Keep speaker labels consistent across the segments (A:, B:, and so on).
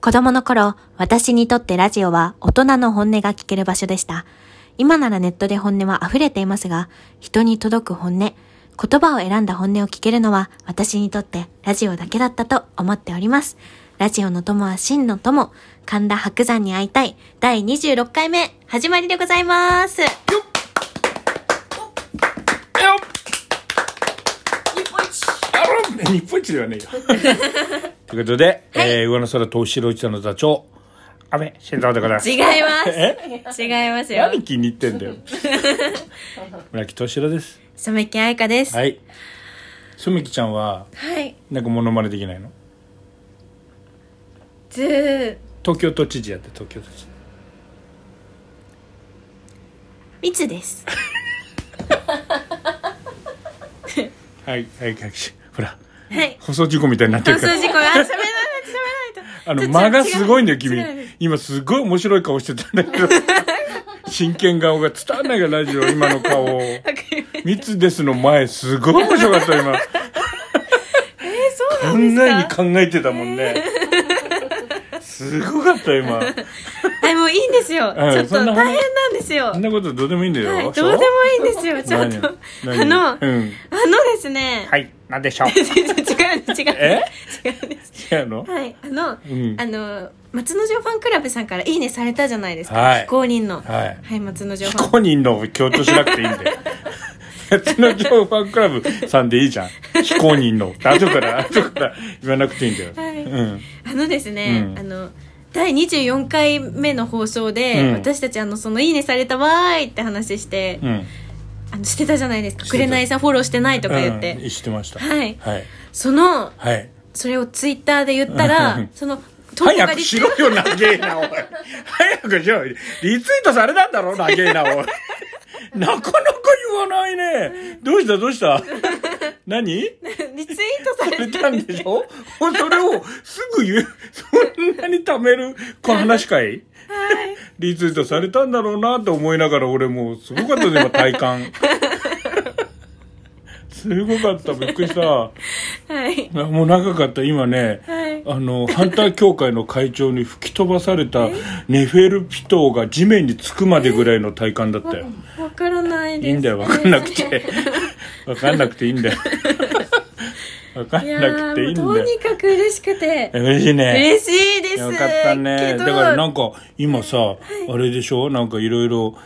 A: 子供の頃、私にとってラジオは大人の本音が聞ける場所でした。今ならネットで本音は溢れていますが、人に届く本音、言葉を選んだ本音を聞けるのは私にとってラジオだけだったと思っております。ラジオの友は真の友、神田白山に会いたい、第26回目、始まりでございます。
B: 日本一ではねえよ。ということで、
A: はい
B: えー上野空と後ろ一の座長、安倍慎太郎でございます。
A: 違います。 違いますよ。
B: 何気に入って んだよ。村木敏郎です。
A: 染木愛香です。
B: はい。すみきちゃんは、
A: はい。
B: なんかモノマネできないの
A: ずー、
B: 東京都知事やって、東京都知事。
A: 密です。
B: はい、はい、はい。ほら、
A: はい。
B: 放送事故みたいになって
A: 放
B: るから
A: 送。事故は、あ喋らないと、
B: あ
A: 違
B: の、
A: う
B: 間がすごいんだよ、
A: 違う
B: 君
A: 違う。
B: 今すごい面白い顔してたんだけど。真剣顔が伝わんないから、ラジオ、今の顔。
A: 喋らないと。
B: 密ですの前、すごい面白かった、今。
A: え、そう
B: 考
A: な
B: え
A: ん
B: に
A: ですか
B: 考えてたもんね。すごかっ た、今。
A: はい、もういいんですよ。ち
B: はい
A: ょっと
B: そん
A: 大
B: な
A: 変
B: 話
A: なんですよ。
B: そ
A: は
B: ん
A: い、
B: なことどうでもいいんだよ。
A: どうでもいいんですよ。ちょっと。あ
B: 何
A: の、あの
B: 何う
A: で
B: ん。
A: すね。
B: はい、なんでしょう。
A: 違う、違う、違う
B: え。
A: 違うんです。
B: 違うの
A: はい、あの、
B: ん
A: あの、松之丞ファンクラブさんからいいねされたじゃないですか。
B: はい
A: 非公認の。はい、
B: はい。
A: 松之丞ファン。
B: 非人の強調しなくていいんだよ。別の情報ファンクラブさんでいいじゃん。非公認の。後から、後から言わなくていいんだよ。
A: はい
B: うん。
A: あのですね、
B: うん
A: あの第24回目の放送で、
B: うん
A: 私たちあのその「いいねされたわーい」って話して、
B: うん。
A: あのしてたじゃないですか「
B: してた
A: 紅さんフォローしてない」とか言って、
B: うん、してました。
A: はい
B: はい。
A: その
B: はい。
A: それをツイッターで言ったら、
B: うん
A: その投稿
B: 早
A: が
B: く
A: リ
B: しろよ、長えな、おい。早くしろよ。リツイートされたんだろ、長えな、おい。なかなか言わないね。どうした、どうした。何
A: リツイートさ
B: され
A: れ
B: た
A: た
B: んでしょそれをすぐ言う、そんなに貯める小話かいリツイートされたんだろうなと思いながら俺もうすごかったね、今体感。すごかった、びっくりした。
A: はい
B: あもう長かった、今ね、
A: はい
B: あの、ハンター協会の会長に吹き飛ばさ れたネフェルピトーが地面につくまでぐらいの体感だったよ。
A: わからないです
B: いいんだよ、わかんなくて。 わかんなくていい んだよ。わかん
A: いや
B: なくていい
A: ー
B: ん
A: もう
B: だ
A: と
B: よ。
A: にかく嬉しくて
B: 嬉しいね。
A: 嬉しいです
B: よかったね。
A: けど
B: だからなんか、今さ、あれでしょなんかいろいろ、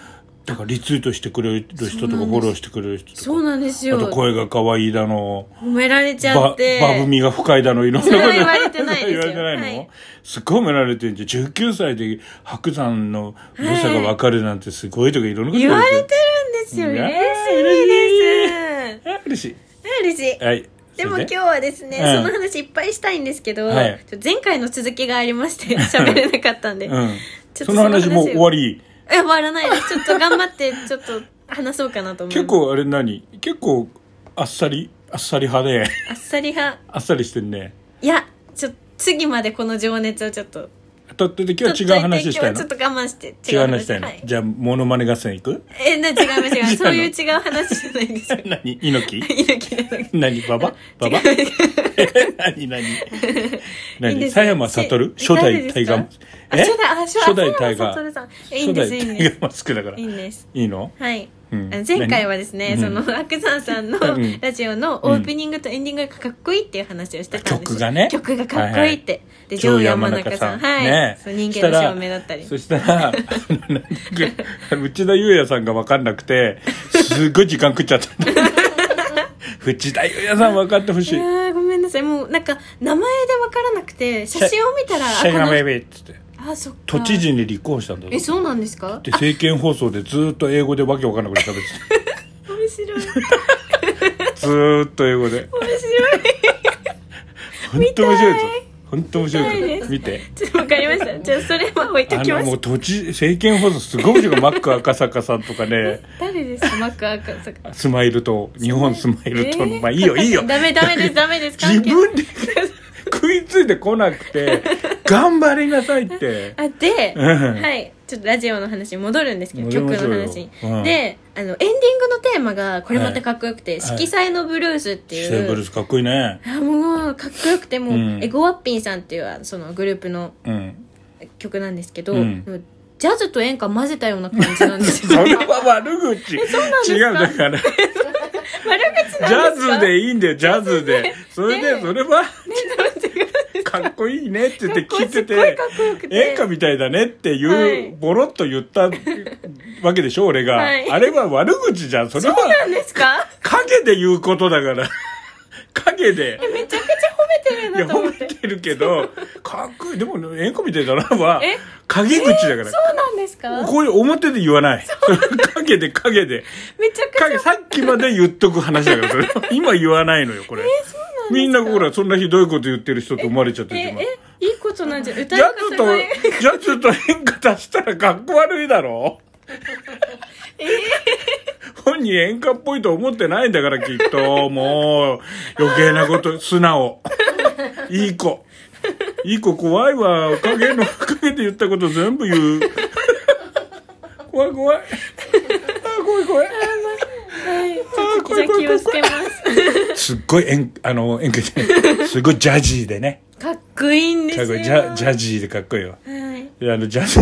B: だからリツイートしてくれる人とかフォローしてくれる人
A: そう
B: とか。
A: なんです
B: あと
A: よ
B: 声が可愛いだの、
A: 褒められちゃ
B: バ
A: って
B: バブミが深いだの、いろんなこと
A: それは言われてないですよ
B: 言われてないの、
A: はい
B: すっごい褒められてんじゃん。19歳で白山の良さがわかるなんてすごいとかいろんなこと
A: 言わ
B: て
A: れてるんですよ
B: いや
A: 嬉しいです
B: あ嬉し
A: 嬉しい
B: い。はい。
A: でも
B: それ
A: 今日はですね、
B: うん
A: その話いっぱいしたいんですけど、
B: はい
A: ちょっと前回の続きがありまして喋れなかったんで、
B: うん。
A: ちょっと
B: その話もう終わ
A: り
B: り。
A: え終わらないですちょっと頑張ってちょっと話そうかなと思います
B: 結構あれ何結構あっさり、あっさり派で、
A: あっさり派
B: あっさりしてんね。
A: いやちょっと次までこの情熱をちょっと
B: 当たってて今日は違う話したいの
A: ちょっと今日はちょっと我慢して
B: 違う話したいの、
A: はい、
B: じゃあ、モノマネ合戦行く
A: えな違う違う
B: 違うの
A: そういう違う話じゃないんですよ
B: 何猪木
A: 猪木じゃなくて
B: 何ババババ 何何
A: いいんで
B: 何
A: す
B: 佐山悟
A: し
B: 初代
A: 誰ですか
B: タイガーマス
A: あ初代あ初
B: 初代
A: あ
B: タイガ
A: 佐山悟
B: ー
A: さんえいいんですいいん
B: 初代タイ
A: で
B: ガーマスクだから
A: すいい
B: い
A: んです
B: いの
A: はい、
B: うん
A: あの前回はですね、
B: 何
A: その白山さんの
B: うん
A: ラジオのオープニングとエンディングがかっこいいっていう話をしてたんですよ
B: 曲がね
A: 曲がかっこいいって、で上山中さんはい、
B: ね
A: そう人間の証明だったり
B: そしたら、あ のなんか内田裕也さんが分かんなくて、すごい時間食っち ゃった。内田裕也さん分かってほし
A: い
B: い
A: や。ーごめんなさいもうなんか名前でわからなくて写真を見たら
B: シェイガ
A: あこ
B: メイ
A: の
B: ビーっつって。
A: あそっか
B: 都知事に立候補したんだぞ
A: えそうなんですか
B: で、政見放送でずーっと英語でわけわかんなくて喋って
A: 面白い
B: た。 ずーっと英語で。
A: 面白 い
B: ほんと面白いぞ。ほんと面
A: 見た
B: 白
A: い
B: い
A: で
B: ぞ。
A: す
B: 見て。
A: ちょっとわかりましたじゃあそれは置いと
B: あ
A: きま
B: の、
A: す
B: もう都知、政見放送すごい面白い。マック赤坂さんと かね。
A: 誰ですかマックアーカーとか
B: スマイルと、日本スマイルとの、
A: えー
B: まあいいよ、いいよ。
A: ダメダメ ですダメです
B: 自
A: 関係
B: 分で食いついてこなくて、頑張りなさいって。
A: あで、
B: うん
A: はいちょっとラジオの話に戻るんですけど
B: 戻り
A: 曲
B: ま
A: の
B: しょうよ
A: 話、
B: うん
A: であのエンディングのテーマがこれまたかっこよくて「
B: い
A: 色彩のブルース」ってい
B: シェー
A: う、
B: ブルスかっこいいね。
A: あもうそうかっこよくてもう、
B: うん
A: エゴワッピンさんっていうあのそのグループの
B: うん。
A: 曲なんですけど、
B: うん
A: でもジャズと演歌混ぜたような感じなんです
B: そ
A: よ
B: れは悪口。違う、だから、
A: 悪
B: ジ
A: 口なん
B: ャ
A: ですか
B: ズでいいんだよ、ジャズで。それ
A: ね
B: で、それは、
A: ジャズで
B: かっこいいねって言って聞いて
A: すっごい
B: て
A: かっこよく、て
B: 演歌みたいだねっていう、
A: はい
B: ボロッと言ったわけでしょ、俺が。
A: はい
B: あれは悪口じゃん。それは、
A: そうなんですか
B: 影で言うことだ から。影で。
A: めちゃくちゃ褒めてる
B: いや、
A: なと思っ
B: 褒め
A: て
B: てるけど、かっこいい。でも、演歌みたいだなは
A: え、
B: 影口だか。
A: そうなんですから
B: こういう表で言わない。それ影で、影で。
A: めちゃくちゃ
B: 影、さっきまで言っとく話だから、そ れ。今言わないのよ、これ。
A: そう
B: みん
A: な
B: なん
A: ですか
B: ほら、そんなひどいこと言ってる人と思われちゃって
A: え
B: る今。
A: えいいことなんじゃ歌い
B: ジャ
A: 方
B: ズと
A: がえ、
B: ジャズと演歌足したらかっこ悪いだろ本人演歌っぽいと思ってないんだからきっと、もう、余計なこと、素直。いい子。いい子怖いわ。影の、影で言ったこと全部言う。怖い怖い。あ、怖い怖い。
A: はいちょっと
B: あー怖い怖い怖い
A: 気をつけます
B: すっごい演、あの、演歌じゃない。すごいジャジーでね。
A: かっこいいんです
B: かっ
A: よ
B: こいい。ジャ、ジャジーでかっこいいわ。
A: はい
B: いやあの、ジャズ、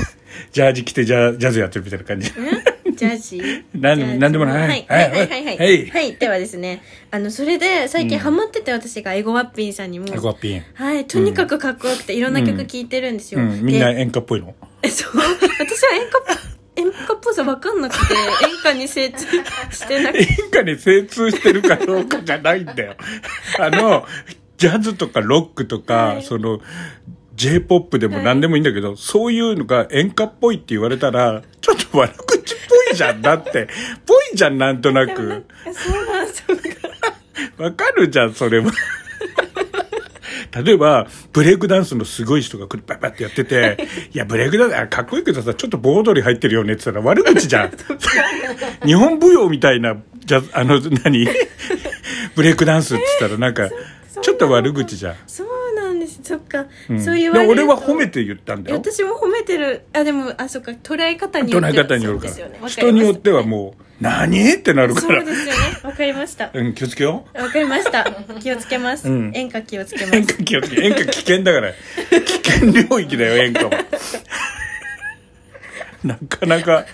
B: ジャージ着てジャジャズやってるみたいな感じ。
A: ジャージ ー
B: なんでも
A: ジャージー
B: なんでもない
A: はい。は
B: はいい
A: はいはいはい。は。
B: はいい
A: ではですね、あの、それで最近
B: うん
A: ハマってて私がエゴワッピンさんにも。
B: エゴワッピン
A: はい。とにかくかっこよくていろんな曲聴いてるんですよ。
B: うん、みんな
A: で。
B: 演歌っぽいの。
A: えそう。私は演歌っぽ、演歌っぽさわかんなくて、演歌に精通して なくて。
B: 演歌に精通してるかどうかじゃないんだ よ。あの、ジャズとかロックとか、
A: はい
B: その、J-POP でも何でもいいんだけど、そういうのが演歌っぽいって言われたら、ちょっと悪口っぽいじゃん。だって、ぽいじゃん、なんとな
A: でもなん
B: く。
A: かそうなんですよ。
B: わかるじゃん、それは。 例えば、ブレイクダンスのすごい人がこれバッバッってやってて、 いや、ブレイクダンス、あかっこいいけどさ、ちょっと盆踊り入ってるよねって言ったら悪口じゃん。 日本舞踊みたいな、じゃ、あの、何ブレイクダンスって言ったらなんか、
A: そ
B: ちょっと悪口じゃん。
A: そうなんです。そっか。
B: うん
A: そう言わ
B: で
A: れると
B: 俺は褒めて言ったんだよ。
A: 私も褒めてる。あ、でも、あ、そっか。捉え方によ
B: 捉
A: っては。
B: え方によるか
A: そうですよね
B: ら。人によってはもう、何ってなる
A: わか
B: か
A: りました
B: ら
A: そうで。すよね。わかりました。
B: うん、気をつけよう。
A: わかりました。気をつけます。
B: うん
A: 演歌気をつけま
B: 演
A: す。
B: 歌気をつけ演歌危険だから危険領域だよ演歌はなかなか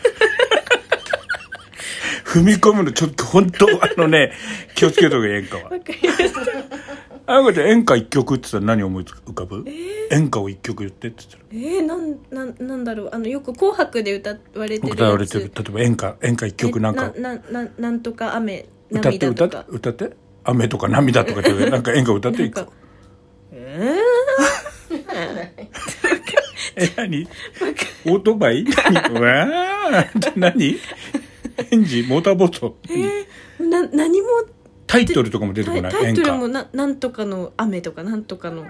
B: 踏み込むのちょっと本当あのね気をつけとけ演歌は
A: わかりました。
B: あやかちゃん演歌一曲って言ったら何思い浮かぶ、演歌を一曲言ってって言っ
A: えー、なん、なん、なんだろう。あの、よく紅白で歌われてるやつ。
B: たら歌われてる例えば演歌演歌一曲なんか
A: えな、な、ななんとか雨、
B: 歌って
A: 涙
B: 歌
A: と
B: って
A: か。
B: 歌って雨とか涙とかってなんか演歌歌って
A: なん
B: いく
A: か、え
B: え何 オートバイ何わーって何エンジンモーターボート
A: ー、な、何も、
B: タイトルとかも出て
A: タ
B: こ
A: イ
B: ない
A: タイ
B: 演
A: トルも
B: 歌
A: な、なんとかの雨とか、なんとかの、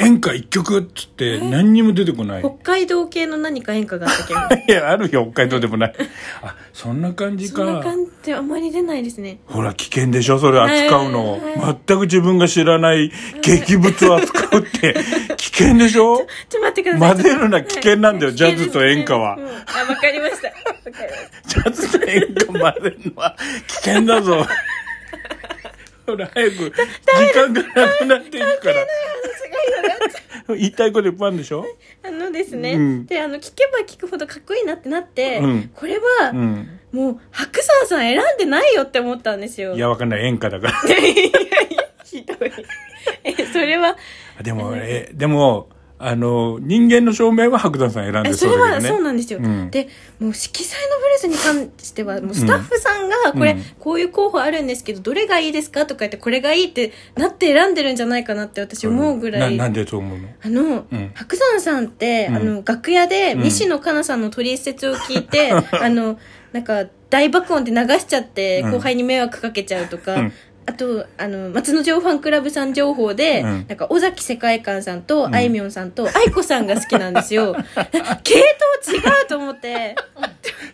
B: 演歌一曲っつって何にも出てこない
A: 北海道系の何か演歌があったけど。
B: いやあるよ北海道でもないあそんな感じ
A: そんな
B: か
A: 感じであまり出ないですね。
B: ほら危険でしょそれ扱うの
A: はい
B: 全く自分が知らない劇物を扱う って危険でしょ
A: ちょっと待ってください。
B: 混ぜるな危険なんだよ
A: はい危険
B: ジャズと演歌は
A: ですねうんあ、わかりました。わかりました。
B: ジャズと演歌混ぜるのは 危険だぞほら早く時間がなくなっていくから言いたいこといっぱいあるんでしょ
A: あのですね、
B: うん
A: であの聞けば聞くほどかっこいいなってなって、
B: うん
A: これ
B: う
A: は
B: ん
A: もう白沢さん選んでないよって思ったんですよ。
B: いやわかんない演歌だか ら
A: いやいやひどい。えそれは
B: でも、え、でも、あの、人間の証明は白山さん選ん
A: え
B: で
A: それはそうなんですよ。
B: うん
A: でもう色彩のブルースに関してはもうスタッフさんがこれ、
B: うん
A: こういう候補あるんですけどどれがいいですかとか言ってこれがいいってなって選んでるんじゃないかなって私思うぐらい。
B: ななんでそう思うの
A: あの、
B: うん
A: 白山さんって、
B: うん
A: あの、楽屋で、
B: うん
A: 西野カナさんの取説を聞いて、 あの、なんか、大爆音で流しちゃって、
B: うん
A: 後輩に迷惑かけちゃうとか、
B: うん
A: あと、あの、松之丞ファンクラブさん情報で、
B: うん
A: なんか、尾崎世界観さんと、
B: ん
A: あいみょんさんと、愛子さんが好きなんです よ。系統違うと思って、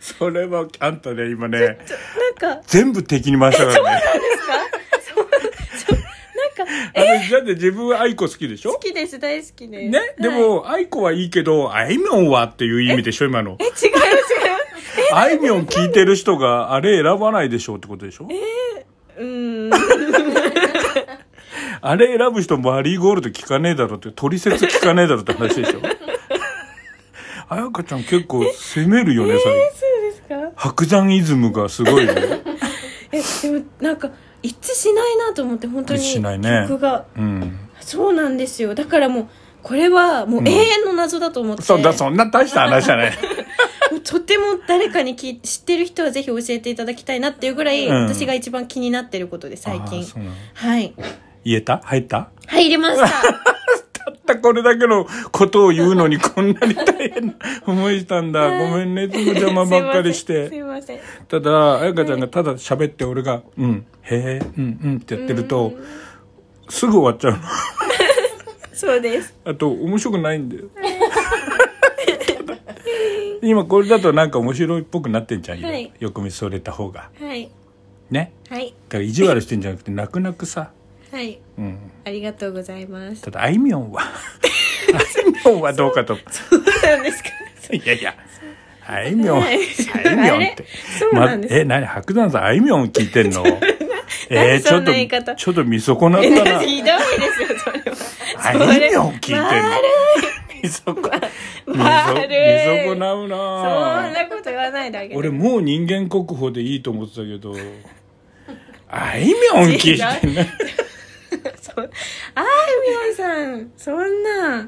B: それは、あんたね、今ね、
A: なんか、
B: 全部敵に回したからね。
A: なんか、
B: あの、だって自分は愛子好きでし
A: 好
B: ょ
A: きです、大好きです。
B: ね
A: はい、
B: で、も、愛子はいいけど、あいみょんはっていう意味でしょ、今の
A: え、。違います、違います。
B: あいみょん聞いてる人が、 あれ選ばないでしょうってことでしょ
A: うーん。
B: あれ選ぶ人マリーゴールド聞かねえだろって、トリセツ聞かねえだろって話 でしょ。あやかちゃん結構攻めるよね、それ。
A: そうですか
B: 白山イズムがすごいよね。
A: えでもなんか一致しないなと思って本当に
B: 一致しないね
A: 曲が
B: うん。
A: そうなんですよだからもうこれはもう永遠の謎だと思って、
B: そんな、そんな大した話じゃない。
A: もうとても誰かにき知ってる人はぜひ教えていただきたいなっていうぐらい、
B: うん
A: 私が一番気になってることで最
B: あー
A: 近
B: そうなの
A: はい
B: 言えた入った
A: 入れま した
B: たったこれだけのことを言うのにこんなに大変な思いしたんだ。ごめんね、いつも邪魔ばっかりし
A: す
B: て。
A: いません
B: ただ、彩香ちゃんがただ喋って俺が、うん、へえ、うん、うんってやってると、すぐ終わっちゃうの。
A: そうです
B: あと、面白くないんだよ。 今これだとなんか面白いっぽくなってんじゃんよ。
A: はい
B: よく見それた方が。
A: はい
B: ね。
A: はい
B: だから意地悪してんじゃなくて、泣く泣くさ。
A: はい
B: うん。
A: ありがとうございます
B: ただ、あいみょんは。あいみょんはどうかと。
A: そうなんですか
B: いやいや。あいみょん。あ
A: はい
B: いみょんって
A: あれ。そうなんです
B: まえ、なに、白山さん、あいみょん聞いてんのえ
A: 何
B: ー、ち
A: そ
B: ょ
A: ん
B: っ
A: な言い
B: と、
A: 方
B: ちょっと見損なっ
A: え
B: たな。
A: ひどいですよそれは
B: あいみょん聞いてんの。見損、見損
A: 悪い
B: 見損なう
A: そ
B: なん
A: なこと言わないであげて
B: 俺もう人間国宝でいいと思ってたけど、あいみょん聞いてんの。
A: そうあーみおさんそんな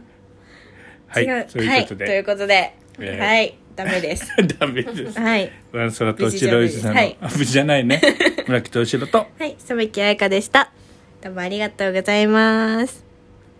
B: は
A: 違
B: い、
A: う
B: そういうこと
A: はい、という
B: で。
A: ことで、
B: えー
A: はいダメです
B: ダメです。
A: はい
B: ワンソラとチロイスさんの、
A: はい
B: あ無事じゃないね。村木とおしろと。
A: はい、さぶきあやかでした。どうもありがとうございます。